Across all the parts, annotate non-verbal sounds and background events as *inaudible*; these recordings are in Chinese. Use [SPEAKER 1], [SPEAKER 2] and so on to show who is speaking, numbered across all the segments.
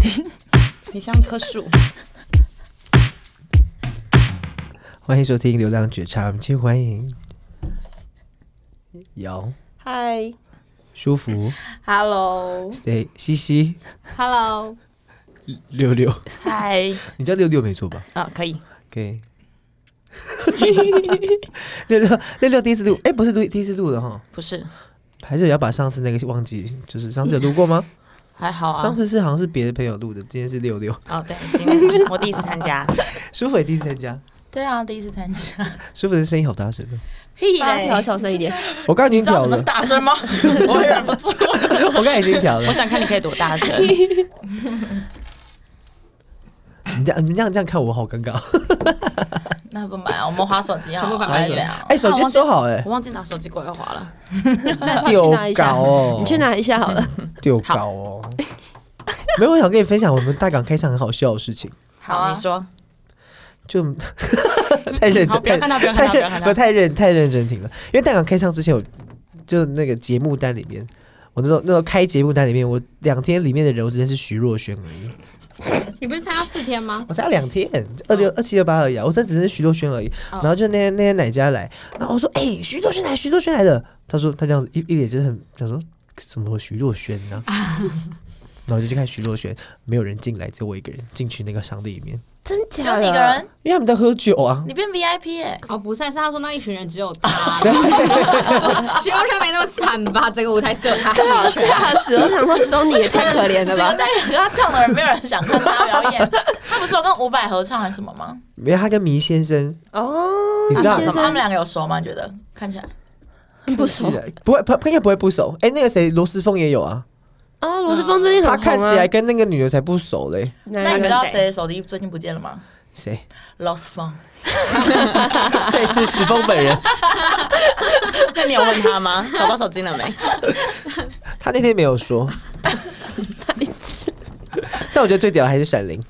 [SPEAKER 1] 听。
[SPEAKER 2] 你像一棵树。
[SPEAKER 3] 欢迎收听《流浪觉察》，我们今天欢迎姚
[SPEAKER 2] 嗨
[SPEAKER 3] 舒服
[SPEAKER 2] ，Hello，
[SPEAKER 3] Stay 西西
[SPEAKER 1] Hello，
[SPEAKER 3] 六六，
[SPEAKER 2] 嗨，
[SPEAKER 3] 你叫六六没错吧
[SPEAKER 2] 啊，可以，
[SPEAKER 3] ？OK，六六六六第一次录，哎、不是录第一次录的哈，
[SPEAKER 2] *laughs* 不是，
[SPEAKER 3] 还是要把上次那个忘记，就是上次有录过吗？
[SPEAKER 2] 还 *laughs* 好啊。
[SPEAKER 3] 上次是好像是别的朋友录的，今天是六六，
[SPEAKER 2] 哦，对，今天我第一次参加。
[SPEAKER 3] 舒服也第一次参加，
[SPEAKER 2] 对啊，第一次参加。
[SPEAKER 3] 舒服的声音好大声哦，
[SPEAKER 2] 屁
[SPEAKER 1] 大家
[SPEAKER 2] 嘞！
[SPEAKER 1] 调小声一点。
[SPEAKER 3] 我刚刚已
[SPEAKER 2] 你
[SPEAKER 3] 经
[SPEAKER 2] 知道
[SPEAKER 3] 调
[SPEAKER 2] 什么
[SPEAKER 3] 了
[SPEAKER 2] 是， *laughs* 大 *laughs* 声吗？我忍不住。
[SPEAKER 3] 我刚刚已经调了
[SPEAKER 2] 我，想看你可以多大声。
[SPEAKER 3] 你这样你这样这样看我好
[SPEAKER 2] *laughs*
[SPEAKER 3] 尴尬，
[SPEAKER 4] 那不买，我们划手机好了，
[SPEAKER 1] 全部划
[SPEAKER 4] 来
[SPEAKER 1] 手机
[SPEAKER 4] 聊。
[SPEAKER 3] 哎、手机收好哎、
[SPEAKER 2] *laughs* 我忘记拿手机过来划了。
[SPEAKER 1] *laughs*
[SPEAKER 3] 丢
[SPEAKER 1] 拿一下
[SPEAKER 3] 搞哦，
[SPEAKER 1] 你去拿一下好了。
[SPEAKER 3] 丢高哦。没有，我想跟你分享我们大港开唱很好笑的事情，
[SPEAKER 4] 好啊
[SPEAKER 2] 你说。
[SPEAKER 3] 就 *laughs* 太认
[SPEAKER 2] 嗯好，
[SPEAKER 3] 真，
[SPEAKER 2] 不要
[SPEAKER 3] 太
[SPEAKER 2] 看到，不要看到，
[SPEAKER 3] 太
[SPEAKER 2] 不要看
[SPEAKER 3] 认，
[SPEAKER 2] 到
[SPEAKER 3] 不。太认太认真听了。因为大港开唱之前，我就那个节目单里面，我那时候那时候开节目单里面，我两天里面的人，我只认识徐若瑄而已。
[SPEAKER 1] *laughs* 你不是参加四天吗？
[SPEAKER 3] 我才要两天，二六二七二八而已啊，我真的只是徐若瑄而已。
[SPEAKER 1] 哦
[SPEAKER 3] 然后就那天那天奶家来，然后我说：“哎、徐若瑄来，徐若瑄来了。”他说他这样子一一脸就是很想说什么徐若瑄
[SPEAKER 1] *laughs*
[SPEAKER 3] 呢、然后我就去看徐若瑄，没有人进来，只有我一个人进去那个场地里面，
[SPEAKER 1] 真
[SPEAKER 4] 就
[SPEAKER 1] 假的？
[SPEAKER 4] 你一个人，
[SPEAKER 3] 因为他们在喝酒啊。
[SPEAKER 4] 你变 VIP 哎、
[SPEAKER 1] 哦，不是，是他说那一群人只有
[SPEAKER 2] *laughs*
[SPEAKER 1] 他。徐若瑄没那么惨吧？整个舞台只有他。对啊， *laughs*
[SPEAKER 5] 吓死！我想说，只有你也太可怜了
[SPEAKER 4] 这个
[SPEAKER 5] 吧？
[SPEAKER 4] 在和他唱的人，没有人想看他表演。他不是有跟伍佰合唱还是什么吗？
[SPEAKER 3] 没有他跟迷先生，
[SPEAKER 5] 哦，
[SPEAKER 3] 你知道
[SPEAKER 5] 先
[SPEAKER 4] 什么？他们
[SPEAKER 5] 生
[SPEAKER 4] 两个有熟吗？你觉得看起来
[SPEAKER 5] 不熟
[SPEAKER 3] 不会不应该不会不熟。哎、那个谁罗斯凤也有啊，
[SPEAKER 5] 哦，罗志峰最近
[SPEAKER 3] 他
[SPEAKER 5] 很红啊
[SPEAKER 3] 看起来跟那个女的才不熟嘞。
[SPEAKER 5] 哪
[SPEAKER 4] 那
[SPEAKER 5] 一
[SPEAKER 4] 你
[SPEAKER 5] 个
[SPEAKER 4] 知道
[SPEAKER 5] 谁？
[SPEAKER 4] 谁手机最近不见了吗
[SPEAKER 3] 谁？ *laughs*
[SPEAKER 4] ？Lost Phone。
[SPEAKER 3] 谁是石峰本人？
[SPEAKER 2] 那你有问他吗？找到手机了没？
[SPEAKER 3] 他那天没有
[SPEAKER 5] *laughs*
[SPEAKER 3] 说。但我觉得最屌的还是闪灵，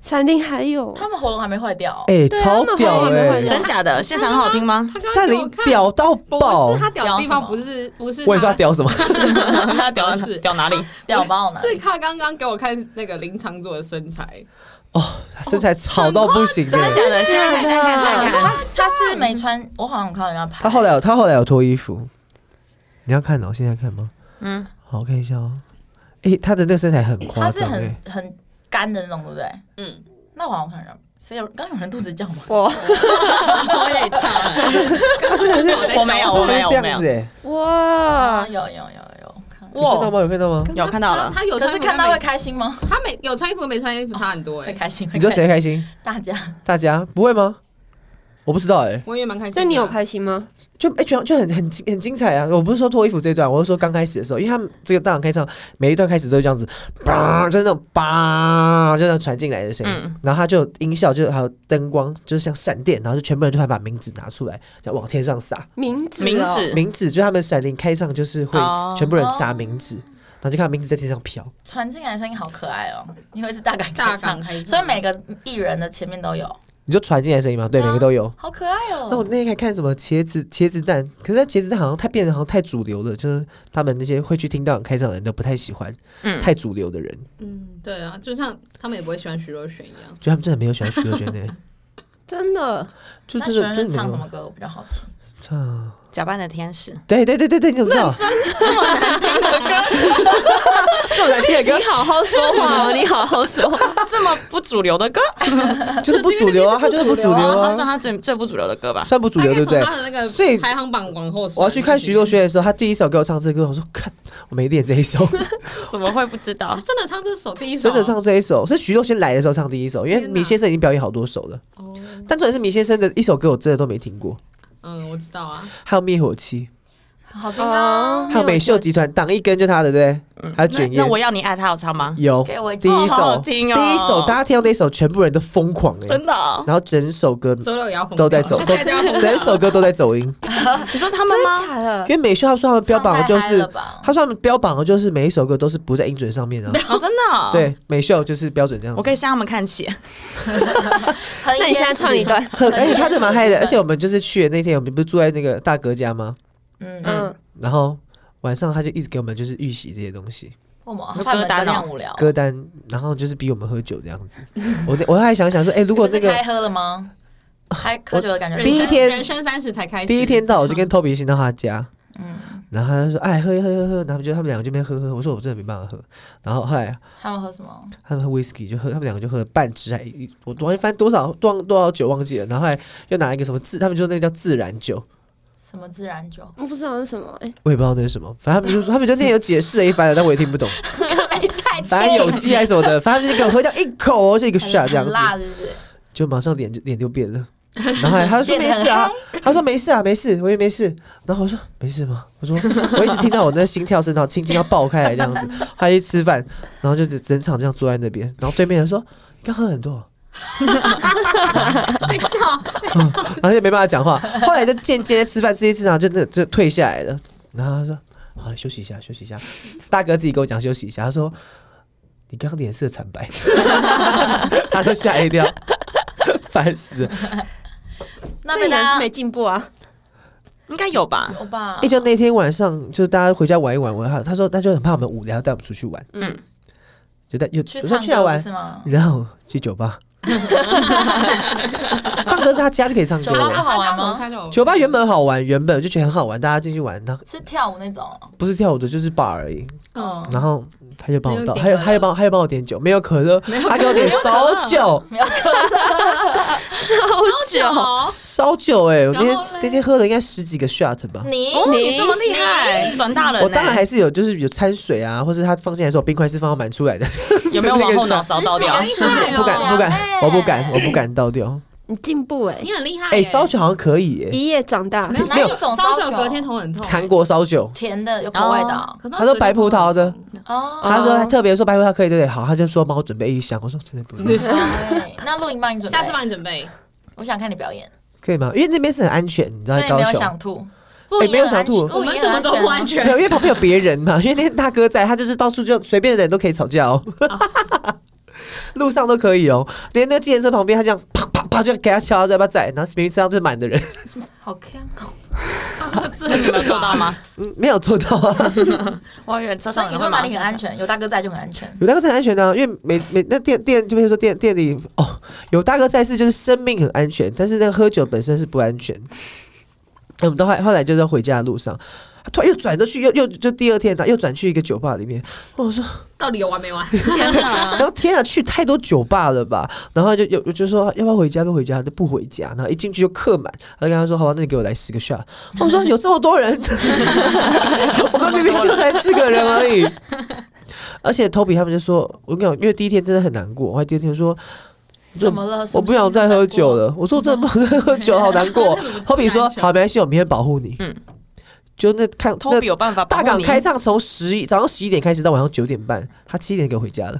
[SPEAKER 5] 闪灵还有
[SPEAKER 4] 他们喉咙还没坏掉哦、
[SPEAKER 3] 哎、
[SPEAKER 5] 对啊
[SPEAKER 3] 超屌
[SPEAKER 5] 他们
[SPEAKER 3] 哎、
[SPEAKER 5] 好厉害
[SPEAKER 2] 真假的？现场很好听吗？
[SPEAKER 1] 他
[SPEAKER 3] 善林屌到爆
[SPEAKER 1] 不是！他屌的地
[SPEAKER 4] 屌什
[SPEAKER 1] 方，
[SPEAKER 4] 么
[SPEAKER 1] 不是不是。
[SPEAKER 3] 我也说他。屌什么？
[SPEAKER 4] *laughs*
[SPEAKER 2] 他屌
[SPEAKER 1] 屌死
[SPEAKER 2] 屌哪里？
[SPEAKER 4] 掉爆呢。
[SPEAKER 1] 是他刚刚给我看那个林长佐的身
[SPEAKER 4] *laughs*
[SPEAKER 1] 材，
[SPEAKER 3] *laughs* 哦，他身材好到不
[SPEAKER 5] 哦
[SPEAKER 3] 行
[SPEAKER 2] 真
[SPEAKER 3] 哎、
[SPEAKER 2] 的假的？现在看，现在看，现在看。
[SPEAKER 4] 他他是没穿，我好像有看到人家拍。
[SPEAKER 3] 他后来有他后来有脱衣服，你要看哦，现在看吗？
[SPEAKER 2] 嗯，
[SPEAKER 3] 好，我看一下哦。哎、他的那个身材很夸
[SPEAKER 4] 他是
[SPEAKER 3] 张哎
[SPEAKER 4] 很，很干的那种，对不对？
[SPEAKER 1] 嗯，
[SPEAKER 4] 那我好像看到谁有刚有人肚子叫吗？
[SPEAKER 5] 我，
[SPEAKER 1] 我也翘了。
[SPEAKER 3] 他是很是
[SPEAKER 2] 我没有，
[SPEAKER 3] 他是
[SPEAKER 2] 我
[SPEAKER 3] 不
[SPEAKER 2] 哦
[SPEAKER 3] 是
[SPEAKER 2] 没有，
[SPEAKER 3] 这
[SPEAKER 2] 我没
[SPEAKER 3] 样
[SPEAKER 2] 有
[SPEAKER 3] 子。哎、
[SPEAKER 5] 哇
[SPEAKER 4] 啊，，有有有有，看。
[SPEAKER 3] 有看到吗？有
[SPEAKER 2] 有看
[SPEAKER 3] 看到吗？
[SPEAKER 2] 到了
[SPEAKER 1] 他他有
[SPEAKER 4] 可
[SPEAKER 1] 穿
[SPEAKER 4] 是
[SPEAKER 1] 衣服
[SPEAKER 4] 看到
[SPEAKER 1] 跟
[SPEAKER 4] 会
[SPEAKER 1] 没
[SPEAKER 4] 开心吗？
[SPEAKER 1] 他没有穿衣服跟没穿衣服差很多
[SPEAKER 4] 会
[SPEAKER 1] 哎，
[SPEAKER 4] 开心，
[SPEAKER 3] 你说谁
[SPEAKER 4] 会开心？
[SPEAKER 3] 开心？
[SPEAKER 4] 大家
[SPEAKER 3] 大家不会吗？我不知道哎、
[SPEAKER 1] 我也蛮开心的。
[SPEAKER 5] 那你有开心吗？
[SPEAKER 3] 就哎、就就很很精很精彩啊！我不是说脱衣服这一段，我是说刚开始的时候，因为他们这个大场开唱，每一段开始都是这样子，叭，就那种叭，就那种传进来的声音，
[SPEAKER 2] 嗯
[SPEAKER 3] 然后它就有音效，就还有灯光，就是像闪电，然后就全部人就快把名字拿出来，这样往天上撒
[SPEAKER 5] 名字，
[SPEAKER 2] 名，字，
[SPEAKER 3] 名字，就他们闪灵开唱就是会
[SPEAKER 2] 哦
[SPEAKER 3] 全部人撒名字，然后就看到名字在天上飘，
[SPEAKER 4] 传进来的声音好可爱哦，因为是大港开
[SPEAKER 1] 大港
[SPEAKER 4] 唱，
[SPEAKER 1] 开心？
[SPEAKER 4] 所以每个艺人的前面都有，
[SPEAKER 3] 你就传进来的声音嘛，对，
[SPEAKER 2] 哦
[SPEAKER 4] 对啊
[SPEAKER 3] 每个都有。
[SPEAKER 4] 好可爱
[SPEAKER 3] 那我
[SPEAKER 4] 哦。
[SPEAKER 3] 那天还看什么茄子茄子蛋，可是茄子蛋好像太变得好像太主流了，就是他们那些会去听到开唱的人都不太喜欢，
[SPEAKER 2] 嗯
[SPEAKER 3] 太主流的人。
[SPEAKER 1] 嗯，对啊，就像他们也不会喜欢徐若瑄一样。
[SPEAKER 3] 觉得他们真的没有喜欢徐若瑄的、
[SPEAKER 5] 真的，
[SPEAKER 3] 就
[SPEAKER 4] 那
[SPEAKER 3] 真
[SPEAKER 4] 学
[SPEAKER 3] 的
[SPEAKER 4] 生
[SPEAKER 3] 真的
[SPEAKER 4] 是唱
[SPEAKER 3] 没有
[SPEAKER 4] 什么歌？我比较好奇。
[SPEAKER 3] 唱，
[SPEAKER 2] 假扮的天使。
[SPEAKER 3] 对对对对对，你怎么知道？ *laughs* 这么难听的歌，
[SPEAKER 5] 你好好说话哦，你好好说话。
[SPEAKER 2] *laughs* 这么不主流的歌，
[SPEAKER 3] 就是不主流啊，他就是不主流
[SPEAKER 2] 它算
[SPEAKER 3] 啊，
[SPEAKER 2] 他最最不主流的歌吧？
[SPEAKER 3] 算不主流对不对
[SPEAKER 1] 他？可以从他的那个
[SPEAKER 3] 所以
[SPEAKER 1] 排行榜往后数。
[SPEAKER 3] 我要去看徐若瑄的时候，他第一首给我唱这歌，我说看我没练这一首，
[SPEAKER 2] 怎么会不知道
[SPEAKER 1] 啊，？真的唱这首第一首
[SPEAKER 3] 真
[SPEAKER 1] 啊，
[SPEAKER 3] 的唱这一首是徐若瑄来的时候唱第一首，因为
[SPEAKER 1] 天哪
[SPEAKER 3] 米先生已经表演好多首了，
[SPEAKER 1] 哦，
[SPEAKER 3] 但重点是米先生的一首歌我真的都没听过，
[SPEAKER 1] 嗯，我知道啊，
[SPEAKER 3] 还有灭火器，
[SPEAKER 4] 好听啊！
[SPEAKER 3] 还有美秀集团挡一根就他的对不对？还
[SPEAKER 2] 那
[SPEAKER 3] 有卷
[SPEAKER 2] 嗯那
[SPEAKER 3] 烟
[SPEAKER 2] 我要你爱他，有唱吗？
[SPEAKER 3] 有
[SPEAKER 4] 给我一
[SPEAKER 3] 第一
[SPEAKER 2] 哦好好
[SPEAKER 3] 首，第
[SPEAKER 2] 听哦，
[SPEAKER 3] 一首大家听到那一首，全部人都疯狂
[SPEAKER 2] *laughs*
[SPEAKER 3] 哎，
[SPEAKER 2] 真的哦。
[SPEAKER 3] 然后整首歌
[SPEAKER 1] 周六也要疯
[SPEAKER 3] 都
[SPEAKER 1] 狂
[SPEAKER 3] 在走，
[SPEAKER 1] 他
[SPEAKER 3] 都
[SPEAKER 1] 现在就要疯狂
[SPEAKER 3] 整首歌都在
[SPEAKER 2] *laughs*
[SPEAKER 3] 走音，
[SPEAKER 2] 你说他们
[SPEAKER 5] 真
[SPEAKER 2] 吗？
[SPEAKER 5] 假的
[SPEAKER 3] 因？为美秀他说他们标榜的就
[SPEAKER 4] 唱太嗨
[SPEAKER 3] 是
[SPEAKER 4] 了，吧
[SPEAKER 3] 他说他们标榜的就是每一首歌都是不在音准上面的、啊，
[SPEAKER 2] 哦，真的哦。
[SPEAKER 3] 对，美秀就是标准这样子。
[SPEAKER 2] 我可以向他们看 *laughs* 齐。
[SPEAKER 4] 很
[SPEAKER 5] *laughs* 那你现在唱一段，
[SPEAKER 3] 很，而且他真的蛮嗨的，
[SPEAKER 4] 很
[SPEAKER 3] 而且我们就是去的那天，我们不是住在那个大哥家吗？
[SPEAKER 4] 嗯，
[SPEAKER 5] 嗯，
[SPEAKER 3] 然后晚上他就一直给我们就是预习这些东西，
[SPEAKER 4] 我们
[SPEAKER 2] 那
[SPEAKER 4] 范
[SPEAKER 2] 歌
[SPEAKER 4] 本
[SPEAKER 2] 单
[SPEAKER 4] 真的
[SPEAKER 2] 哦
[SPEAKER 4] 很无聊。
[SPEAKER 3] 歌单，然后就是逼我们喝酒这样子。我在我还想想说，哎、如
[SPEAKER 2] *laughs*
[SPEAKER 3] 果
[SPEAKER 4] 你
[SPEAKER 3] 那
[SPEAKER 4] 不是
[SPEAKER 3] 个
[SPEAKER 4] 开喝了吗？开喝酒的感觉。
[SPEAKER 1] 人
[SPEAKER 3] 第一
[SPEAKER 1] 生
[SPEAKER 3] 天
[SPEAKER 1] 人生三十才开始，
[SPEAKER 3] 第一天到，我就跟 Toby 先到他家，
[SPEAKER 4] 嗯，
[SPEAKER 3] 然后他就说：“哎，喝一喝一喝一喝。”然后就他们两个这边喝喝，我说我真的没办法喝。然后后来
[SPEAKER 4] 他们喝什么？
[SPEAKER 3] 他们喝 whisky 就喝，他们两个就喝了半支还一，我忘记翻多少多少多少酒忘记了。然后后来又拿一个什么自，他们就说那个叫自然酒，
[SPEAKER 4] 什么自然酒？
[SPEAKER 5] 我不知道是什么，哎，
[SPEAKER 3] 我也不知道那是什么，反正他们就说他们就那有解释了一番了，但我也听
[SPEAKER 4] *laughs*
[SPEAKER 3] 不懂。反正有机还是什么的，反正他们就给我喝掉一口哦，是一个 shot 这样
[SPEAKER 4] 很
[SPEAKER 3] 子，
[SPEAKER 4] 辣是不是？
[SPEAKER 3] 就马上脸就脸就变了。然后他就说
[SPEAKER 4] *laughs* 变
[SPEAKER 3] 没
[SPEAKER 4] 得很
[SPEAKER 3] 事啊，他说没事啊，没事，我也没事。然后我说没事吗？我说我一直听到我那心跳声，然后轻轻要爆开来这样子。他一吃饭，然后就整场这样坐在那边，然后对面人说你刚喝很多哦。
[SPEAKER 1] 没错，
[SPEAKER 3] *laughs* 然后就没办法讲话。后来就间接吃饭吃一吃，然后就那就退下来了。然后他说：“好，休息一下，休息一下。”大哥自己跟我讲休息一下，他说：“你刚刚脸色惨白。” *laughs* 他都吓一跳， *laughs* 烦死了。
[SPEAKER 4] 那
[SPEAKER 5] 所以
[SPEAKER 4] 被
[SPEAKER 5] 你还
[SPEAKER 4] 大
[SPEAKER 5] 是
[SPEAKER 4] 家
[SPEAKER 5] 没进步啊。
[SPEAKER 2] *laughs* 应该有吧？
[SPEAKER 4] 欧巴
[SPEAKER 3] 哎、，就那天晚上，就大家回家玩一玩，玩好。他说他就很怕我们无聊，带我们出去玩。嗯
[SPEAKER 5] 嗯，
[SPEAKER 3] 就带又
[SPEAKER 4] 去
[SPEAKER 3] 我说啊
[SPEAKER 4] 唱
[SPEAKER 3] 去哪
[SPEAKER 4] 歌不
[SPEAKER 3] 玩？
[SPEAKER 4] 是吗？
[SPEAKER 3] 然后去酒吧。唱歌是他家就可以唱歌
[SPEAKER 4] 酒吧
[SPEAKER 3] 的。
[SPEAKER 4] 好玩吗
[SPEAKER 1] 吗
[SPEAKER 3] 酒吧原本好玩，原本就觉得很好玩，大家进去玩，他
[SPEAKER 4] 是跳舞那种。
[SPEAKER 3] 不是跳舞的，就是 bar 而已。
[SPEAKER 4] 嗯，
[SPEAKER 3] 然后他就帮我
[SPEAKER 1] 那
[SPEAKER 3] 倒，
[SPEAKER 1] 就点
[SPEAKER 3] 他就
[SPEAKER 1] 可乐
[SPEAKER 3] 他就帮他就帮我点酒，没有可乐，他给我点烧酒，
[SPEAKER 4] 没有可
[SPEAKER 1] 酒，
[SPEAKER 3] 烧酒哎、我那天
[SPEAKER 1] 然后嘞
[SPEAKER 3] 那天喝了应该十几个 shot 吧。
[SPEAKER 4] 你
[SPEAKER 2] 哦，你这么厉害，转大人呢？
[SPEAKER 3] 我当然还是有，就是有掺水啊，或是他放进来的时候冰块是放到满出来的，
[SPEAKER 2] 有没有往后脑勺倒掉？
[SPEAKER 1] 你很厉害哦
[SPEAKER 3] 不敢不敢
[SPEAKER 4] 哎，
[SPEAKER 3] 我不敢，我不敢倒掉。
[SPEAKER 5] 你进步哎，
[SPEAKER 1] 你很厉害耶。
[SPEAKER 3] 哎，烧酒好像可以耶，
[SPEAKER 5] 一夜长大，
[SPEAKER 1] 没有
[SPEAKER 4] 哪有一种
[SPEAKER 1] 烧
[SPEAKER 4] 酒
[SPEAKER 1] 酒隔天头
[SPEAKER 4] 哦
[SPEAKER 1] 很痛，
[SPEAKER 3] 韩国烧酒，
[SPEAKER 4] 甜的有口味的啊
[SPEAKER 1] 可是
[SPEAKER 3] 他说白葡萄的
[SPEAKER 4] 哦。
[SPEAKER 3] 他说他特别说白葡萄可以对不对？好，他就说帮我准备一箱，我说真的不用，
[SPEAKER 4] 哎那录影帮你准备，
[SPEAKER 1] 下次帮你准备。
[SPEAKER 4] 我想看你表演，
[SPEAKER 3] 可以吗？因为那边是很安全，你知道在
[SPEAKER 4] 所以没
[SPEAKER 3] 高
[SPEAKER 4] 有
[SPEAKER 3] 雄。
[SPEAKER 4] 想吐。
[SPEAKER 3] 哎没有想吐
[SPEAKER 1] 我们什么时候不安啊
[SPEAKER 4] 全？
[SPEAKER 1] 全
[SPEAKER 3] 没？有，因为旁边有别人嘛， *laughs* 因为那天大哥在，他就是到处就随便的人都可以吵架哦， *laughs* 路上都可以哦，连那个计程车旁边他这样啪啪啪就给他敲，要不要载？然后明明车上是满的人，
[SPEAKER 4] 好看哦！
[SPEAKER 1] 这
[SPEAKER 2] 你们有做到？ *laughs* 吗？
[SPEAKER 3] 嗯，没有做到啊，
[SPEAKER 2] 我以为车
[SPEAKER 4] 所以
[SPEAKER 2] 上
[SPEAKER 4] 你
[SPEAKER 2] 有
[SPEAKER 4] 说
[SPEAKER 2] 人
[SPEAKER 4] 哪
[SPEAKER 2] 马
[SPEAKER 4] 里很安全？有大哥在就很安全。
[SPEAKER 3] 有大哥在很安全的啊、因为每每那店店就比如说店店里哦，有大哥在是就是生命很安全，但是那个喝酒本身是不安全。哎我们到后来后来就是回家的路上，他突然又转过去，又又就第二天呢，又转去一个酒吧里面，哦我说。
[SPEAKER 1] *laughs* 到底有完没完？
[SPEAKER 2] 天哪！
[SPEAKER 3] *laughs* 然后天啊，去太多酒吧了吧？然后就有就说要不要回家，要不要回家，就不回家。然后一进去就客满，他就跟他说：“好吧，那你给我来十个 shot。”我说：“有这么多人？ *laughs* 我们明明就才四个人而已。”而且 Toby 他们就说：“我跟你讲，因为第一天真的很难过，后来第二天说
[SPEAKER 4] 怎么了？
[SPEAKER 3] 我不想再喝酒。了。”我说：“我真的不想再喝酒，好难
[SPEAKER 2] *laughs*
[SPEAKER 3] 过。”Toby 说：“好，没关系，我明天保护你。”嗯
[SPEAKER 2] 嗯，
[SPEAKER 3] 就那看那
[SPEAKER 2] Toby 有办法保
[SPEAKER 3] 大
[SPEAKER 2] 护
[SPEAKER 3] 港
[SPEAKER 2] 你
[SPEAKER 3] 开唱从十一早上十一点开始到晚上九点半，他七点给我回家了。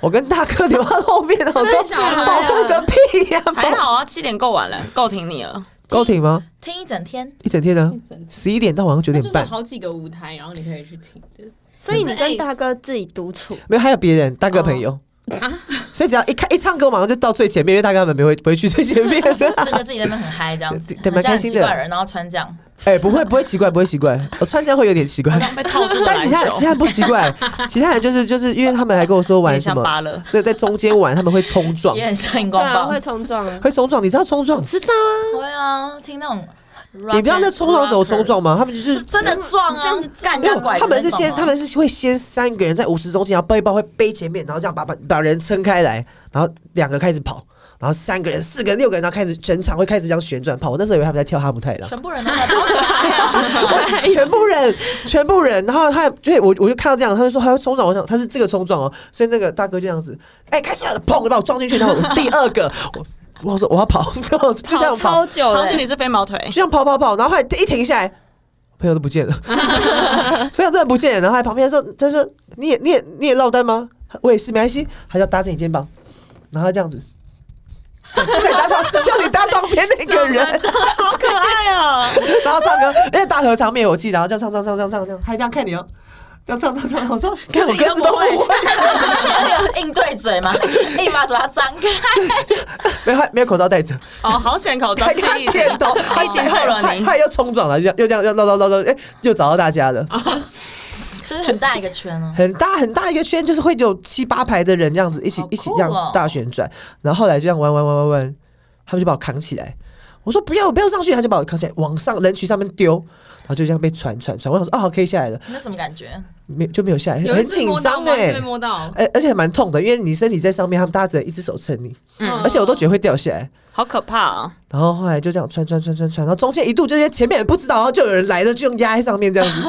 [SPEAKER 3] 我跟大哥留到后面，我说
[SPEAKER 1] 真的假的
[SPEAKER 3] 保护个屁呀、
[SPEAKER 2] 还
[SPEAKER 3] 保
[SPEAKER 2] 好啊，七点够晚了，够挺你
[SPEAKER 3] *laughs*
[SPEAKER 2] 了。
[SPEAKER 3] 高挺吗？
[SPEAKER 4] 听一整天，
[SPEAKER 3] 一整天呢？十一点到晚上九
[SPEAKER 1] 那
[SPEAKER 3] 点
[SPEAKER 1] 就是有
[SPEAKER 3] 半，
[SPEAKER 1] 好几个舞台，然后你可以去听的。
[SPEAKER 5] 所以你跟大哥自己独处，
[SPEAKER 3] 没有还有别人大哥朋友。所以只要一看一唱歌，我马上就到最前面，因为大哥他们不会不会去最前面
[SPEAKER 4] *laughs*
[SPEAKER 3] 的。
[SPEAKER 4] 所以就自己在那边很嗨这样子，
[SPEAKER 3] 对对蛮
[SPEAKER 4] 很像
[SPEAKER 3] 开
[SPEAKER 4] 很
[SPEAKER 3] 心
[SPEAKER 4] 奇
[SPEAKER 3] 的
[SPEAKER 4] 怪的人，然后穿这样，
[SPEAKER 3] 哎、不会不会奇怪，不会奇怪。我穿这样会有点奇怪，
[SPEAKER 2] 被套住的
[SPEAKER 3] 但
[SPEAKER 2] 篮
[SPEAKER 3] 其他人其
[SPEAKER 2] 球，
[SPEAKER 3] 他人不奇怪，其他人就是就是因为他们还跟我说
[SPEAKER 2] 有
[SPEAKER 3] 玩
[SPEAKER 2] 点
[SPEAKER 3] 什
[SPEAKER 2] 像
[SPEAKER 3] 么，
[SPEAKER 2] 芭
[SPEAKER 3] *laughs*
[SPEAKER 2] 乐。
[SPEAKER 3] 那在中间玩他们会冲
[SPEAKER 4] *laughs*
[SPEAKER 3] 撞
[SPEAKER 4] 也，很像荧
[SPEAKER 5] 对
[SPEAKER 4] 光
[SPEAKER 5] 啊，
[SPEAKER 4] 棒
[SPEAKER 5] 会。冲撞啊，
[SPEAKER 3] 会冲撞。你知道冲撞？
[SPEAKER 5] 知道啊，
[SPEAKER 4] 对啊，听那种 rock and rocker，
[SPEAKER 3] 你不要那冲撞走冲撞吗？他们就是
[SPEAKER 4] 是真的撞啊，干
[SPEAKER 3] 没
[SPEAKER 4] 掉
[SPEAKER 3] 有，
[SPEAKER 4] 拐子
[SPEAKER 3] 他们是
[SPEAKER 4] 那种
[SPEAKER 3] 先，
[SPEAKER 4] 啊
[SPEAKER 3] 他们是会先三个人在舞池中间，然后抱一抱，会背前面，然后这样把把把人撑开来，然后两个开始跑，然后三个人、四个人、六个人，然后开始全场会开始这样旋转跑。我那时候以为他们在跳哈姆太郎，
[SPEAKER 4] *laughs* 全部人都在跑开啊，
[SPEAKER 3] 全部人，全部人，然后他对我我就看到这样，他就说他要冲撞，我想他是这个冲撞哦，所以那个大哥就这样子，哎、开始了，砰，把我撞进去，然后我是第二个，我我说我要跑，然后就这样跑
[SPEAKER 5] 超，久
[SPEAKER 2] 好
[SPEAKER 5] 了
[SPEAKER 2] 像，你是飞毛腿
[SPEAKER 3] *laughs* 就，这样跑跑跑，然后后来一停下来，朋友都不见 *laughs* 了，朋友真的不见了。然后还旁边说，他说你也你也你也落单吗？我也是，没关系。他就搭着你肩膀，然后他这样子，叫你搭旁，叫你搭旁边那个人，
[SPEAKER 2] 好可爱哦！
[SPEAKER 3] 然后唱歌，而且大合唱灭火器，然后这样唱唱唱唱唱唱，还这样看你哦。这样唱唱唱，我说看我歌词都不会，
[SPEAKER 4] *laughs* 有硬对嘴嘛， *laughs* 硬把嘴巴张 *laughs* 开，
[SPEAKER 3] 没有没有口罩戴着，
[SPEAKER 2] *laughs* 哦，好险口罩
[SPEAKER 3] 还
[SPEAKER 2] 谢
[SPEAKER 3] 他
[SPEAKER 2] 谢你
[SPEAKER 3] 点头，他
[SPEAKER 2] 已经救了你
[SPEAKER 3] 他又冲撞了，又又这样又绕绕绕绕，哎，就找到大家了。
[SPEAKER 4] 就是很大一个圈哦。
[SPEAKER 3] 很大很大一个圈，就是会有七八排的人这样子一起、
[SPEAKER 4] 好酷
[SPEAKER 3] 一起这样
[SPEAKER 4] 哦
[SPEAKER 3] 大旋转，然后后来就这样玩玩玩玩玩，他们就把我扛起来。我说不要，我不要上去，他就把我扛起来往上人群上面丢，然后就这样被传传传。我想说哦，可以下来了，
[SPEAKER 4] 那什么感觉？
[SPEAKER 3] 没就没有下来，
[SPEAKER 1] 有一
[SPEAKER 3] 哎很
[SPEAKER 1] 次
[SPEAKER 3] 紧
[SPEAKER 1] 摸到
[SPEAKER 3] 张
[SPEAKER 1] 吗？
[SPEAKER 3] 哎、
[SPEAKER 1] 被摸到，
[SPEAKER 3] 哎、而且还蛮痛的，因为你身体在上面，他们大家只能一只手撑你，
[SPEAKER 1] 嗯
[SPEAKER 3] 而且我都觉得会掉下来。
[SPEAKER 2] 好可怕啊！
[SPEAKER 3] 然后后来就这样穿穿穿穿穿，然后中间一度就是前面也不知道，然后就有人来了，就用压在上面这样子，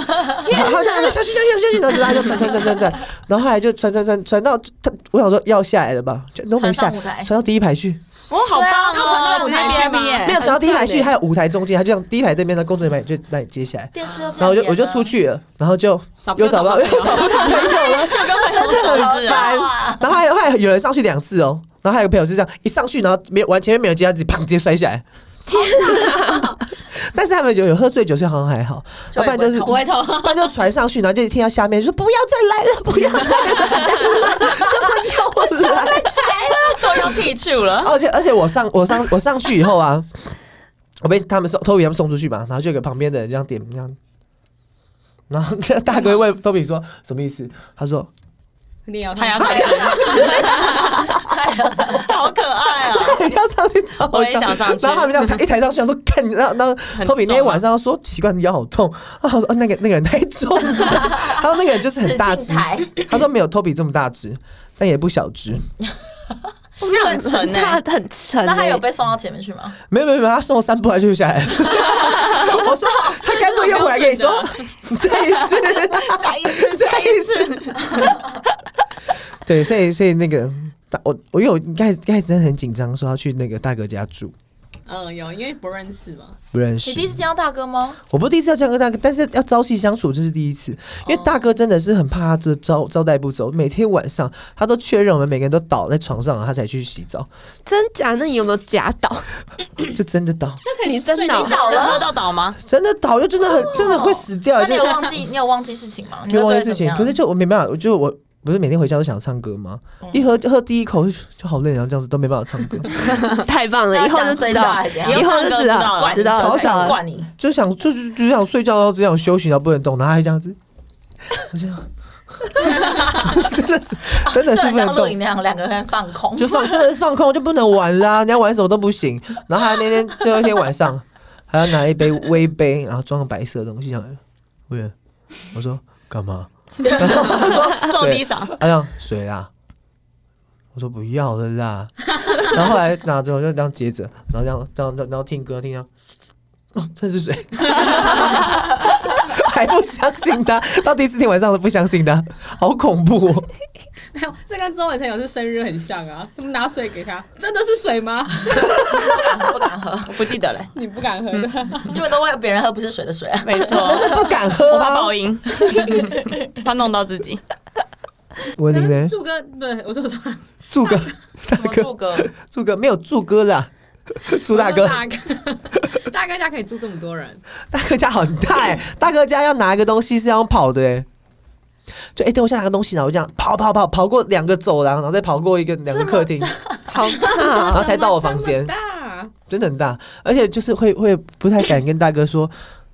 [SPEAKER 3] 然后他就哎下去下去下去，然后大家就穿穿穿穿穿，然后后来就穿穿穿穿到他，我想说要下来了吧，就都没
[SPEAKER 4] 穿
[SPEAKER 3] 下
[SPEAKER 4] 上
[SPEAKER 3] 来，
[SPEAKER 4] 舞台，
[SPEAKER 3] 传到第一排去，
[SPEAKER 2] 哦，好棒
[SPEAKER 1] 然后传
[SPEAKER 2] 哦！
[SPEAKER 1] 到舞台
[SPEAKER 2] 直接
[SPEAKER 1] 去吗
[SPEAKER 2] BFB 耶
[SPEAKER 3] 没有传到第一排
[SPEAKER 5] 很
[SPEAKER 3] 去，
[SPEAKER 5] 赞
[SPEAKER 3] 还有舞台中间，他就让第一排这边的工作人员把你就把你接下来，
[SPEAKER 4] 电视都这样
[SPEAKER 3] 然后我就我就
[SPEAKER 4] 演了啊
[SPEAKER 3] 出，去了，然后就
[SPEAKER 1] 嗯找不
[SPEAKER 3] 又找不到
[SPEAKER 1] 朋
[SPEAKER 3] 又
[SPEAKER 1] 友
[SPEAKER 3] 找不到朋友了，真的很烦， *laughs* 然后还有还有有人上去两次哦，然后还有个朋友是这样一上去，然后没有完全没有接，他自己砰直接摔下来。 *laughs* 但是他们有有喝醉酒，所以好像还好，要不然就是，
[SPEAKER 1] 不
[SPEAKER 3] 不
[SPEAKER 1] 会痛，
[SPEAKER 3] *laughs* 然就传上去，然后就听到下面就说不要再来 *laughs* 了，不要再来了，怎么又来？
[SPEAKER 2] 都要剔除了。
[SPEAKER 3] 而且而且我上我上我上去以后啊，我被他们送 Toby 他们送出去嘛，然后就给旁边的人这样点这样，然后那大哥问 Toby 说什么意思？他说
[SPEAKER 1] 你有
[SPEAKER 2] 他要上去，好可爱啊！
[SPEAKER 3] 要哎上去找
[SPEAKER 2] 我也想上去
[SPEAKER 3] 然后他们这样抬一抬上去，想说看，然后然后
[SPEAKER 2] 很
[SPEAKER 3] 托比那
[SPEAKER 2] 重
[SPEAKER 3] 天
[SPEAKER 2] 啊
[SPEAKER 3] 晚上说奇怪你腰好痛，啊，他说哦那个那个人太重了，他说那个人就是很大
[SPEAKER 4] 使
[SPEAKER 3] 只 *laughs*
[SPEAKER 4] 劲，抬
[SPEAKER 3] 他说没有托比这么大只，但也不小只，
[SPEAKER 2] 那很沉
[SPEAKER 5] 它
[SPEAKER 2] 哎，
[SPEAKER 5] 很沉欸。
[SPEAKER 4] 那他有被送到前面去吗？
[SPEAKER 3] 没有没有没有，他送我三步他就下来了，
[SPEAKER 4] *laughs*
[SPEAKER 3] 我说他该不会又回来跟你说再一次
[SPEAKER 2] 再一次，
[SPEAKER 3] 再一次，对，所以所以那个。大我我有一开始一开始真的很紧张，说要去那个大哥家住，
[SPEAKER 1] 嗯，有，因为不认识嘛。
[SPEAKER 3] 不认识。
[SPEAKER 4] 你第一次见到大哥吗？
[SPEAKER 3] 我不是第一次要这样跟大哥，但是要朝夕相处，这是第一次。因为
[SPEAKER 4] 哦
[SPEAKER 3] 大哥真的是很怕他的招招待不周，每天晚上他都确认我们每个人都倒在床上，他才去洗澡，
[SPEAKER 5] 真假？那你有没有假倒？
[SPEAKER 3] 就真的倒，
[SPEAKER 1] 那可以
[SPEAKER 5] 你真的
[SPEAKER 1] 睡
[SPEAKER 5] 哦
[SPEAKER 1] 你
[SPEAKER 2] 真的喝到倒吗？
[SPEAKER 3] 真的倒，就真的很真的会死掉，
[SPEAKER 4] 那
[SPEAKER 3] 啊就
[SPEAKER 4] 你有忘记你有忘记事情吗？你
[SPEAKER 3] 没 *laughs*
[SPEAKER 4] 会
[SPEAKER 3] 有忘
[SPEAKER 4] 做
[SPEAKER 3] 记事
[SPEAKER 4] 得怎么
[SPEAKER 3] 情。
[SPEAKER 4] 样
[SPEAKER 3] 可是就我没办法，我就我不是每天回家都想唱歌吗？
[SPEAKER 4] 嗯
[SPEAKER 3] 一喝喝第一口就就好累，然后这样子都没办法唱歌，
[SPEAKER 5] 太棒
[SPEAKER 4] 那
[SPEAKER 5] 了，以后
[SPEAKER 4] 想
[SPEAKER 5] 就
[SPEAKER 4] 睡
[SPEAKER 5] 知
[SPEAKER 4] 觉
[SPEAKER 5] 道
[SPEAKER 4] 还是怎，样
[SPEAKER 5] 以后就知道
[SPEAKER 2] 管，你
[SPEAKER 5] 知道
[SPEAKER 3] 好
[SPEAKER 5] 了
[SPEAKER 3] 吵
[SPEAKER 4] 好
[SPEAKER 3] 想
[SPEAKER 4] 想灌你，
[SPEAKER 3] 就想就是就想睡觉，然后只想休息，然后不能动，然后还这样子，我这样，真的是 *laughs* 真的
[SPEAKER 4] 就是
[SPEAKER 3] 不
[SPEAKER 4] 很
[SPEAKER 3] 能
[SPEAKER 4] 像
[SPEAKER 3] 动
[SPEAKER 4] 露。营那样，两个人放空。
[SPEAKER 3] 就放真的是放空，就不能玩啦、你要玩什么都不行。然后他那天最后一天晚上，还要拿一杯微杯，然后装个白色的东西上来。我也我说干嘛？然后他
[SPEAKER 2] 这
[SPEAKER 3] 说
[SPEAKER 2] 么低
[SPEAKER 3] 水，
[SPEAKER 2] 嗓，
[SPEAKER 3] 他讲水啊。我说不要了啦。然后后来拿着我就这样接着，然后这样这样这样然后听歌听到。哦，这是水， *laughs* 还不相信他，到第四天晚上都不相信他，好恐怖哦！
[SPEAKER 1] 没有， *laughs* 这跟周伟成有一次生日很像啊！他们拿水给他，真的是水吗？
[SPEAKER 4] 不敢喝，我不记得嘞，
[SPEAKER 1] 你不敢喝
[SPEAKER 3] 嗯
[SPEAKER 1] 的，
[SPEAKER 4] 因为都为别人喝不是水的水
[SPEAKER 3] *laughs*
[SPEAKER 4] 啊。
[SPEAKER 2] 没错，
[SPEAKER 3] 真的不敢喝、
[SPEAKER 2] 我怕
[SPEAKER 3] 啊
[SPEAKER 2] 报。
[SPEAKER 3] *laughs*
[SPEAKER 2] 应，怕弄到自己。
[SPEAKER 3] 我的
[SPEAKER 2] *laughs*
[SPEAKER 3] 呢？
[SPEAKER 1] 柱哥不是，我说什么
[SPEAKER 3] 祝哥，大
[SPEAKER 4] 什么
[SPEAKER 3] 哥，
[SPEAKER 4] 柱哥，
[SPEAKER 3] 祝哥没有祝哥啦，祝大
[SPEAKER 1] *laughs*
[SPEAKER 3] 哥
[SPEAKER 1] 我，说大哥，大哥家可以住这么多
[SPEAKER 3] *laughs*
[SPEAKER 1] 人，
[SPEAKER 3] 大哥家很大哎、大哥家要拿一个东西是要用跑的哎、就哎、等我下拿个东西，然后就这样跑跑跑跑过两个走廊，然后再跑过一个两个客厅，
[SPEAKER 5] 好大
[SPEAKER 3] 然
[SPEAKER 5] 哦。
[SPEAKER 3] 后才到我房间
[SPEAKER 1] 怎么，这么大
[SPEAKER 3] 真的很大，而且就是会会不太敢跟大哥说。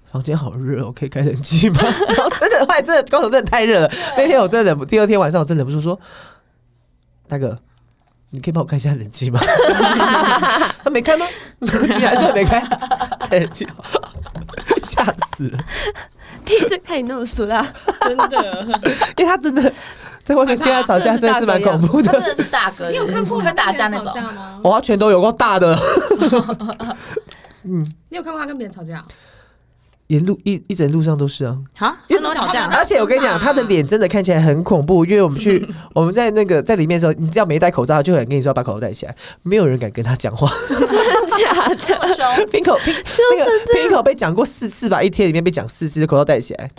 [SPEAKER 3] 房间好热哦，我可以开冷气吗？ *laughs* 然后真的，后来真的高手真的太热了。那天我真的忍不，第二天晚上我真的忍不住说：“大哥，你可以帮我开一下冷气吗？” *laughs* 他没开吗？竟然真的没开，开冷气， *laughs* 吓死了！
[SPEAKER 5] *laughs* 第一次看你那么熟啦，
[SPEAKER 3] *laughs*
[SPEAKER 1] 真的，
[SPEAKER 3] 因为他真的在外面跟他吵架，真的是蛮恐怖
[SPEAKER 4] 他真
[SPEAKER 3] 的。
[SPEAKER 4] 的是大哥，
[SPEAKER 1] 你有看过
[SPEAKER 4] 会
[SPEAKER 1] 他
[SPEAKER 4] 打
[SPEAKER 1] 跟别
[SPEAKER 4] 架那
[SPEAKER 1] 人吵
[SPEAKER 4] 种？
[SPEAKER 1] 架吗？
[SPEAKER 3] 哇，拳头有够大的，
[SPEAKER 1] 你有看过他跟别人吵架？
[SPEAKER 3] 沿路一一整路上都是啊。
[SPEAKER 2] 啊，
[SPEAKER 3] 因
[SPEAKER 2] 为
[SPEAKER 3] 为
[SPEAKER 2] 什么吵架？
[SPEAKER 3] 而且我跟你讲，他的脸真的看起来很恐怖，因为我们去 *laughs* 我们在那个在里面的时候，你只要没戴口罩，就有人跟你说要把口罩戴起来，没有人敢跟他讲话。 *laughs*
[SPEAKER 5] 真 *laughs* 假的？
[SPEAKER 4] 凶，
[SPEAKER 3] 平口平那个平口被讲过四次吧，一天里面被讲四次，口罩戴起
[SPEAKER 2] *laughs*
[SPEAKER 3] 来。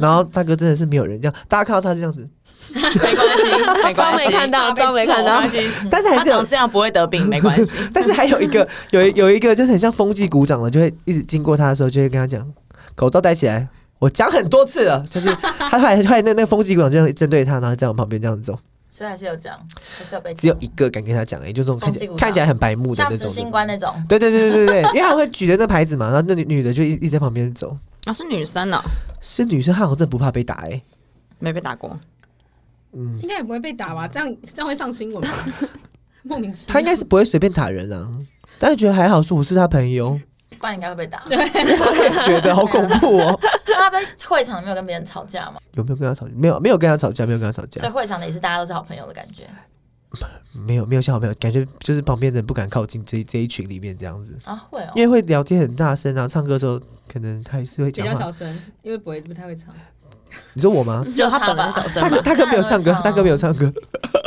[SPEAKER 3] 然后大哥真的是没有人这样，大家看到他就这样子，
[SPEAKER 2] 没关系，没
[SPEAKER 5] 装
[SPEAKER 2] 关系，
[SPEAKER 5] 没看到，装没看
[SPEAKER 2] 没
[SPEAKER 5] 到
[SPEAKER 2] 关。系。
[SPEAKER 3] 但是还
[SPEAKER 2] 嗯他
[SPEAKER 3] 哎是有
[SPEAKER 2] 长这样不会得病，没关系。
[SPEAKER 3] 但是还有一
[SPEAKER 2] *laughs*
[SPEAKER 3] 个有一有一个就是很像风纪鼓掌的，就会一直经过他的时候，就会跟他讲口罩戴起来。我讲很多次了，就是他后来后来那那个风纪鼓掌就针对他，然后在我旁边这样走，
[SPEAKER 4] 所以还是有讲，还是有被讲
[SPEAKER 3] 只有一个敢跟他讲，也就这种看起
[SPEAKER 4] 风纪鼓
[SPEAKER 3] 来
[SPEAKER 4] 掌
[SPEAKER 3] 看起来很白目的
[SPEAKER 4] 像
[SPEAKER 3] 那
[SPEAKER 4] 执
[SPEAKER 3] 种
[SPEAKER 4] 行
[SPEAKER 3] 人。
[SPEAKER 4] 官那种，
[SPEAKER 3] 对对对对对对，因为他会举着那牌子嘛，然后那女女的就一一直在旁边走。
[SPEAKER 2] 啊，是女生呢，
[SPEAKER 4] *laughs*
[SPEAKER 3] 是女生，她好像真的不怕被打哎、
[SPEAKER 2] 没被打过，
[SPEAKER 1] 应该也不会被打吧？这样这样会上新闻吧？莫名其妙。
[SPEAKER 3] 他应该是不会随便打人啊，但是觉得还好，说我是他朋友，
[SPEAKER 4] 不然应该会
[SPEAKER 2] *laughs*
[SPEAKER 4] 被打。
[SPEAKER 3] 我也觉得好恐怖
[SPEAKER 4] *laughs*
[SPEAKER 3] 哦。
[SPEAKER 4] 那他在会场没有跟别人吵架嘛，
[SPEAKER 3] 有没有跟他吵架？没有，没有跟他吵架，没有跟他吵
[SPEAKER 4] 所以
[SPEAKER 3] 架，
[SPEAKER 4] 会场的也是大家都是好朋友的感觉。
[SPEAKER 3] 没有，没有像好朋友，感觉就是旁边的人不敢靠近这一这一群里面这样子，
[SPEAKER 4] 啊，会哦
[SPEAKER 3] 因。为会聊天很大声啊，唱歌的时候可能他还是会
[SPEAKER 1] 比
[SPEAKER 3] 讲
[SPEAKER 1] 较
[SPEAKER 3] 话。
[SPEAKER 1] 小声，因为不会不太会唱。
[SPEAKER 3] 你说我吗？
[SPEAKER 2] 只有他本人小
[SPEAKER 3] 大
[SPEAKER 2] 声嘛
[SPEAKER 3] 哥，。大哥没有唱歌
[SPEAKER 4] 当然会唱啊，
[SPEAKER 3] 大哥没有唱歌，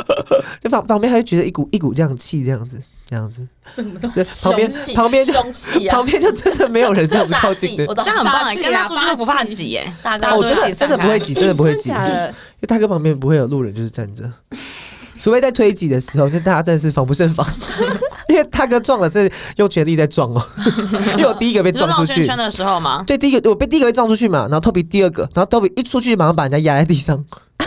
[SPEAKER 3] *laughs* 就旁旁边还会觉得一股一股这样气，这样子，这样子，
[SPEAKER 1] 什么东西？
[SPEAKER 3] 对，旁边
[SPEAKER 4] 凶器
[SPEAKER 3] 旁边就
[SPEAKER 4] 凶器
[SPEAKER 3] *laughs*
[SPEAKER 4] 啊
[SPEAKER 3] 旁，边就真的没有人这样子靠
[SPEAKER 4] 煞
[SPEAKER 3] 近
[SPEAKER 4] 气，
[SPEAKER 2] *laughs*
[SPEAKER 3] 的
[SPEAKER 4] 我，懂
[SPEAKER 2] 这。样很棒
[SPEAKER 1] 杀
[SPEAKER 2] 欸，
[SPEAKER 1] 气啊
[SPEAKER 2] 跟他出去都不怕
[SPEAKER 1] 杀气
[SPEAKER 2] 挤哎，
[SPEAKER 4] 大
[SPEAKER 2] 大
[SPEAKER 4] 哥
[SPEAKER 2] 家都
[SPEAKER 3] 哦，
[SPEAKER 2] 会
[SPEAKER 3] 我真的
[SPEAKER 2] 自己
[SPEAKER 3] 真的
[SPEAKER 2] 散
[SPEAKER 3] 不会
[SPEAKER 2] 开
[SPEAKER 3] 挤，真的不会
[SPEAKER 5] 真
[SPEAKER 3] 挤，
[SPEAKER 5] 假
[SPEAKER 3] 因
[SPEAKER 5] 的？
[SPEAKER 3] 为大哥旁边不会有路人，就是站着。 *laughs* 除非在推挤的时候，就大家真的是防不胜防， *laughs* 因为大哥撞了，真的用全力在撞哦， *laughs* 因为我第一个被
[SPEAKER 2] 你说
[SPEAKER 3] 撞
[SPEAKER 2] 绕
[SPEAKER 3] 出
[SPEAKER 2] 圈
[SPEAKER 3] 去
[SPEAKER 2] 圈，的时候吗？
[SPEAKER 3] 对，第一个我被第一个被撞出去嘛，然后 Toby 第二个，然后 Toby 一出去马上把人家压在地上，
[SPEAKER 2] 哎，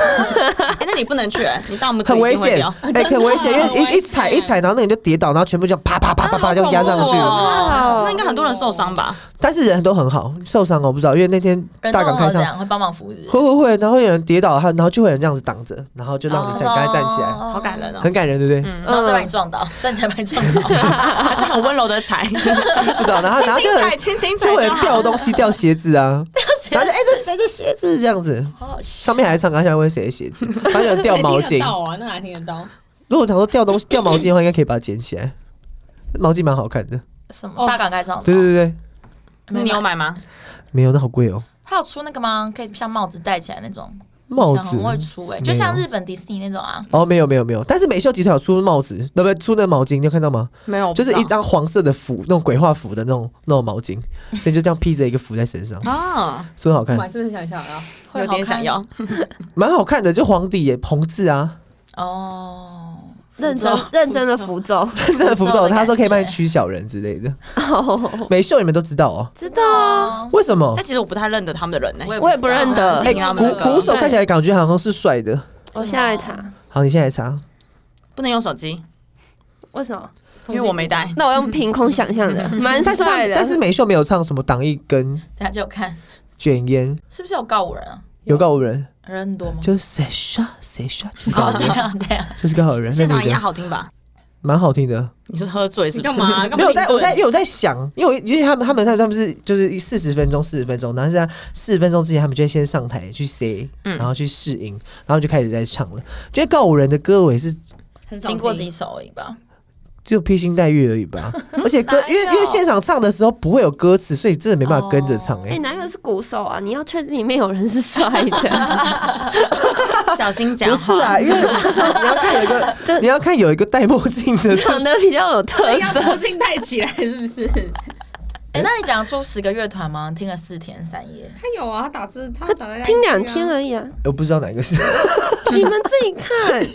[SPEAKER 2] 那你不能去欸，你大拇指
[SPEAKER 3] 很
[SPEAKER 2] 一定
[SPEAKER 3] 危
[SPEAKER 2] 会
[SPEAKER 3] 险
[SPEAKER 2] 掉，
[SPEAKER 3] 哎、很危险，因
[SPEAKER 1] 很
[SPEAKER 3] 为一
[SPEAKER 1] 危
[SPEAKER 2] *laughs*
[SPEAKER 3] 一踩一
[SPEAKER 1] 险
[SPEAKER 3] 踩，然后那个人就跌倒，然后全部就啪啪啪啪啪就压上去了。
[SPEAKER 2] 哦
[SPEAKER 5] 哦
[SPEAKER 2] 那应该很多人受伤吧？
[SPEAKER 3] 但是人都很好，受伤我不知道，因为那天
[SPEAKER 4] 人
[SPEAKER 3] 大
[SPEAKER 4] 都
[SPEAKER 3] 港
[SPEAKER 4] 很
[SPEAKER 3] 开
[SPEAKER 4] 好这
[SPEAKER 3] 唱，
[SPEAKER 4] 样，会帮忙扶日，
[SPEAKER 3] 会会会，然后有人跌倒，然后然后就会有人这样子挡着，然后就让你站，赶快站起来，
[SPEAKER 4] 哦嗯
[SPEAKER 2] 好感人哦，
[SPEAKER 3] 很感人，对不对？
[SPEAKER 4] 然
[SPEAKER 5] 呃
[SPEAKER 4] 后再把你撞倒，站起来把你撞
[SPEAKER 3] *laughs*
[SPEAKER 4] 倒，
[SPEAKER 2] 啊还是很温柔的踩，
[SPEAKER 3] 不知道， *laughs* 然后然后就
[SPEAKER 2] 轻轻踩，
[SPEAKER 3] 很
[SPEAKER 2] 轻轻踩
[SPEAKER 3] 就会
[SPEAKER 2] 就
[SPEAKER 3] 有人
[SPEAKER 2] 好。
[SPEAKER 3] 掉东西，掉鞋子啊，然后就哎、这谁的鞋子这样子，
[SPEAKER 4] 好好笑
[SPEAKER 3] 上面还在唱歌，下面问谁的鞋子，然后有 *laughs* 人掉
[SPEAKER 1] 谁
[SPEAKER 3] 毛
[SPEAKER 1] 听得
[SPEAKER 3] 巾，
[SPEAKER 1] 到啊，那哪听得到？
[SPEAKER 3] 如果想说掉东西掉毛巾的话，应该可以把它捡起来，毛巾蛮好看的，
[SPEAKER 4] 什么大港开唱，
[SPEAKER 3] 哦对对对，
[SPEAKER 2] 那你有买吗？
[SPEAKER 3] 没有那好贵哦，
[SPEAKER 4] 他有出那个吗？可以像帽子戴起来那种，
[SPEAKER 3] 帽
[SPEAKER 4] 好
[SPEAKER 3] 子
[SPEAKER 4] 像很会出
[SPEAKER 3] 没
[SPEAKER 4] 哎，
[SPEAKER 3] 有
[SPEAKER 4] 就像日本迪士尼那种啊，
[SPEAKER 3] 哦，没有没有没有，但是美秀集团有出帽子，那不出那毛巾，你有看到吗？
[SPEAKER 2] 没有，
[SPEAKER 3] 就是一张黄色的符，那种鬼画符的那种那种毛巾，所以就这样披着一个符在身上，
[SPEAKER 2] 啊，
[SPEAKER 3] 是不是好看
[SPEAKER 1] 我？还是不是想想啊？
[SPEAKER 4] 会
[SPEAKER 2] 有
[SPEAKER 4] 好
[SPEAKER 2] 点
[SPEAKER 4] 看
[SPEAKER 2] 想要。
[SPEAKER 3] 哦蛮好看的，就皇帝耶，红字啊， *laughs*
[SPEAKER 4] 哦。
[SPEAKER 5] 认真认真的
[SPEAKER 3] *laughs*
[SPEAKER 5] 符咒，
[SPEAKER 3] 真的符
[SPEAKER 4] 符咒
[SPEAKER 3] 咒，
[SPEAKER 4] 的
[SPEAKER 3] 他说可以帮你
[SPEAKER 4] 感觉
[SPEAKER 3] 驱小人之类的。美秀你们都知道哦，
[SPEAKER 5] 知道啊？
[SPEAKER 3] 为什么
[SPEAKER 2] 但？其实我不太认得他们的人呢。
[SPEAKER 5] 我也不认得
[SPEAKER 2] 哎
[SPEAKER 4] 哎，
[SPEAKER 2] 听他们
[SPEAKER 3] 鼓
[SPEAKER 2] 的
[SPEAKER 3] 鼓手看起来感觉好像是帅的。
[SPEAKER 5] 我现在查，
[SPEAKER 3] 好，你现在查，
[SPEAKER 2] 不能用手机，
[SPEAKER 5] 为什么？
[SPEAKER 2] 因为我没带。
[SPEAKER 5] 那我用凭空想象的，蛮
[SPEAKER 3] 嗯但是他
[SPEAKER 5] 帅的。
[SPEAKER 3] 但是美秀没有唱什么挡一根
[SPEAKER 4] 等下就有看
[SPEAKER 3] 卷烟，
[SPEAKER 4] 是不是有告五人啊？
[SPEAKER 3] 有告五人，
[SPEAKER 4] 人很多吗？
[SPEAKER 3] 就是谁刷谁刷，就是告
[SPEAKER 4] 哦，
[SPEAKER 3] 五
[SPEAKER 4] 对
[SPEAKER 3] 人，
[SPEAKER 4] 啊，对啊，
[SPEAKER 3] 就是告五人，那
[SPEAKER 2] 现场
[SPEAKER 3] 女
[SPEAKER 2] 也
[SPEAKER 3] 的
[SPEAKER 2] 好听吧？
[SPEAKER 3] 蛮好听的。
[SPEAKER 2] 你是喝醉是
[SPEAKER 1] 你
[SPEAKER 2] 不
[SPEAKER 1] 干
[SPEAKER 2] 是？
[SPEAKER 1] 嘛？干嘛
[SPEAKER 3] *laughs* 没有我在，
[SPEAKER 1] 应对
[SPEAKER 3] 我在，因为我在想，因为我因为他们他们他们是就是四十分钟，四十分钟，然后是在四十分钟之前，他们就会先上台去 say，、
[SPEAKER 2] 嗯
[SPEAKER 3] 然后去试音，然后就开始在唱了。觉得告五人的歌我也是
[SPEAKER 1] 很
[SPEAKER 4] *laughs*
[SPEAKER 1] 少
[SPEAKER 4] 听过几首而已吧。
[SPEAKER 3] 就披星戴月而已吧，而且歌
[SPEAKER 4] 哪有
[SPEAKER 3] 因为因为现场唱的时候不会有歌词，所以真的没办法跟着唱哎、
[SPEAKER 5] 哎，哪有是鼓手啊？你要确定里面有人是
[SPEAKER 3] *laughs*
[SPEAKER 5] 帅的，
[SPEAKER 2] 小心讲
[SPEAKER 3] 不
[SPEAKER 2] 话。
[SPEAKER 3] 是啊，因为那时候你要看有一个，
[SPEAKER 5] 这
[SPEAKER 3] 你要看有一个戴墨镜的 *laughs* 是，
[SPEAKER 5] 长得比较有特
[SPEAKER 1] 哎
[SPEAKER 5] *laughs*
[SPEAKER 1] 要
[SPEAKER 5] 色。
[SPEAKER 1] 重新带起来，是不是？
[SPEAKER 4] 哎，那你讲出十个乐团吗？听了四天三夜，
[SPEAKER 1] 他有啊，他打字，他打在
[SPEAKER 5] 听两天而
[SPEAKER 3] *laughs*
[SPEAKER 5] 已啊，
[SPEAKER 3] 我不知道哪个是，
[SPEAKER 5] 你们自己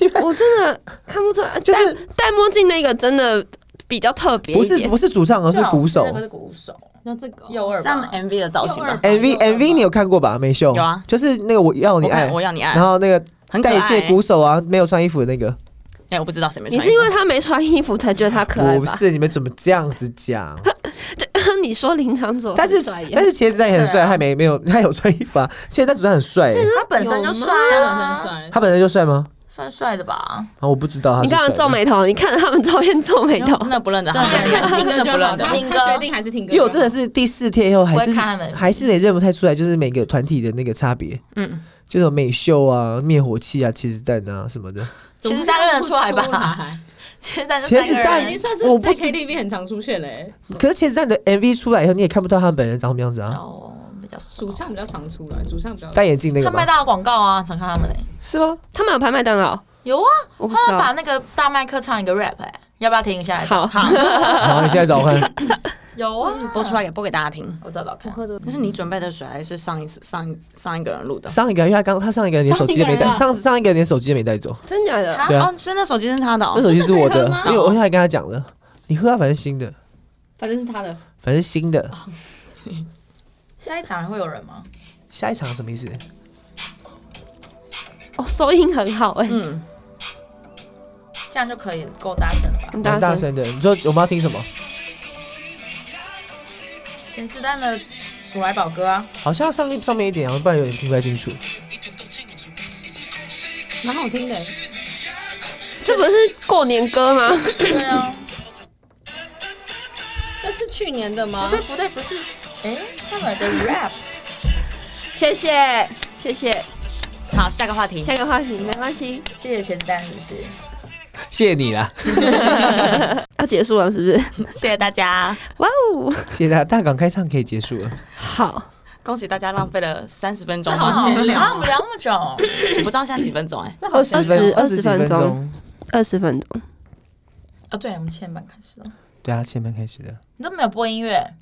[SPEAKER 5] 看，我真的看不出来。
[SPEAKER 3] 就是
[SPEAKER 5] 戴戴墨镜那个真的比较特别
[SPEAKER 3] 不
[SPEAKER 5] 一
[SPEAKER 3] 是
[SPEAKER 5] 点，
[SPEAKER 3] 不是主唱，而是鼓手
[SPEAKER 4] 那。个是鼓手，
[SPEAKER 1] 那这个
[SPEAKER 4] 右耳
[SPEAKER 2] 这样
[SPEAKER 4] 吧。
[SPEAKER 2] MV 的造型吧。
[SPEAKER 3] MV MV 你有看过吧？美秀
[SPEAKER 2] 有啊
[SPEAKER 3] 就是那个我要你
[SPEAKER 2] 我
[SPEAKER 3] 爱
[SPEAKER 2] 看，我要你爱
[SPEAKER 3] 然，后那个
[SPEAKER 2] 很可爱
[SPEAKER 3] 代借
[SPEAKER 2] 欸。
[SPEAKER 3] 鼓手啊，没有穿衣服的那个，
[SPEAKER 2] 哎，我不知道谁没穿
[SPEAKER 5] 你
[SPEAKER 2] 衣服。
[SPEAKER 5] 是因为他没穿衣服才觉得他可爱
[SPEAKER 3] 不
[SPEAKER 5] 吧？
[SPEAKER 3] 是你们怎么这样子讲？
[SPEAKER 5] *laughs* 你说林长佐
[SPEAKER 3] 但
[SPEAKER 5] 很
[SPEAKER 3] 是
[SPEAKER 5] 帅耶，
[SPEAKER 3] 但是茄子蛋也很
[SPEAKER 4] 对
[SPEAKER 3] 帅，
[SPEAKER 4] 啊
[SPEAKER 3] 他没没有他有穿衣服啊，茄子蛋主唱很帅欸，
[SPEAKER 4] 他本身就帅啊，
[SPEAKER 1] 很帅，
[SPEAKER 3] 他本身就帅吗？
[SPEAKER 4] 算帅的吧？
[SPEAKER 3] 啊，我不知道他是
[SPEAKER 5] 你
[SPEAKER 3] 帅
[SPEAKER 5] 干
[SPEAKER 3] 的。
[SPEAKER 5] 嘛皱眉头？你看他们照片皱眉
[SPEAKER 2] 因为
[SPEAKER 5] 头
[SPEAKER 2] 我，真的不认得他
[SPEAKER 4] 真
[SPEAKER 2] 们，
[SPEAKER 4] 的
[SPEAKER 1] 听歌就好，他
[SPEAKER 4] 听歌
[SPEAKER 1] 他决定还是听歌
[SPEAKER 3] 因
[SPEAKER 1] 就
[SPEAKER 3] 为
[SPEAKER 1] 好。
[SPEAKER 3] 我真的是第四天以后还
[SPEAKER 4] 不
[SPEAKER 3] 是
[SPEAKER 4] 会看他们
[SPEAKER 3] 还是也认不太出来，就是每个团体的那个差别，
[SPEAKER 2] 嗯，
[SPEAKER 3] 就是美秀啊、灭火器啊、茄子蛋啊什么的。
[SPEAKER 4] 其实大家认得出来
[SPEAKER 1] 怎么看不出
[SPEAKER 4] 吧？
[SPEAKER 1] 来
[SPEAKER 4] 现在就
[SPEAKER 3] 其实
[SPEAKER 4] 三个
[SPEAKER 3] 但
[SPEAKER 1] 已经
[SPEAKER 4] 人。
[SPEAKER 1] 算是
[SPEAKER 3] 我不
[SPEAKER 1] 在
[SPEAKER 3] 知
[SPEAKER 1] KTV 很常出现欸嘞、
[SPEAKER 3] 可是茄子蛋的 MV 出来以后，你也看不到他们本人长什么样子啊，
[SPEAKER 4] 哦，比较熟
[SPEAKER 1] 主。唱比较常出来，主唱比较
[SPEAKER 3] 戴眼镜那个
[SPEAKER 4] 他
[SPEAKER 3] 吗
[SPEAKER 4] 麦？当劳广告啊，常看他们嘞。
[SPEAKER 3] 是吗？
[SPEAKER 5] 他们有拍麦当劳，
[SPEAKER 4] 有啊，
[SPEAKER 5] 我不
[SPEAKER 4] 他
[SPEAKER 5] 知
[SPEAKER 4] 们把
[SPEAKER 5] 道。
[SPEAKER 4] 那个大麦克唱一个 rap，哎，要不要听一下？
[SPEAKER 5] 好，
[SPEAKER 3] 好，你现在找我看。
[SPEAKER 4] 有啊，
[SPEAKER 2] 播出来也播给大家听。
[SPEAKER 4] 我找找看。
[SPEAKER 1] 喝着
[SPEAKER 2] 那是你准备的水，还是上一次上上一个人录的？
[SPEAKER 3] 上一个，因为他刚他上一个连手机都没带，上上一个连手机都没带走，
[SPEAKER 5] 真假的？
[SPEAKER 4] 啊
[SPEAKER 3] 对啊，
[SPEAKER 2] 哦，所以那手机是他的哦
[SPEAKER 3] 那。手机是我的
[SPEAKER 1] 真的可以喝吗，
[SPEAKER 3] 因为我后来跟他讲了，你喝啊，反正新的，
[SPEAKER 1] 反正是他的，
[SPEAKER 3] 反正新的。
[SPEAKER 4] 下一场还会有人吗？
[SPEAKER 3] 下一场什么意思？
[SPEAKER 5] 哦，收音很好哎，
[SPEAKER 2] 嗯，
[SPEAKER 4] 这样就可以够大声了吧？
[SPEAKER 5] 很
[SPEAKER 3] 蛮
[SPEAKER 5] 大
[SPEAKER 3] 大
[SPEAKER 5] 声。
[SPEAKER 3] 声的，你说我们要听什么？
[SPEAKER 4] 咸吃蛋的鼠来宝哥啊，
[SPEAKER 3] 好像要上面上面一点，然后不然有点听不太清楚。
[SPEAKER 1] 蛮好听的欸。
[SPEAKER 5] 这不是过年歌吗？
[SPEAKER 4] 对啊，
[SPEAKER 1] 这是去年的吗
[SPEAKER 4] 不？对不对，不是，哎，他们的 rap
[SPEAKER 5] *laughs* 谢谢谢谢，
[SPEAKER 2] 好，下个话题。
[SPEAKER 5] 下个话题没关系，
[SPEAKER 4] 谢谢茄子蛋，是不是？
[SPEAKER 3] 谢谢你啦，
[SPEAKER 5] 要结束了是不是？ *laughs*
[SPEAKER 2] 谢谢大家，
[SPEAKER 5] 哇哦，
[SPEAKER 3] 谢谢大家，大港开唱可以结束了。
[SPEAKER 5] 好，
[SPEAKER 2] 恭喜大家浪费了三十分钟
[SPEAKER 1] 这好
[SPEAKER 2] 吗，
[SPEAKER 1] 闲聊
[SPEAKER 4] 啊，我们聊那么久，
[SPEAKER 2] 我不知道现在几分钟哎、
[SPEAKER 1] 这好
[SPEAKER 5] 二
[SPEAKER 1] 像
[SPEAKER 5] 十二
[SPEAKER 3] 几
[SPEAKER 5] 十分钟，，二十分钟，
[SPEAKER 4] 哦，对，我们七点半开始哦，
[SPEAKER 3] 对啊，前面开始的。
[SPEAKER 4] 你都没有播音乐，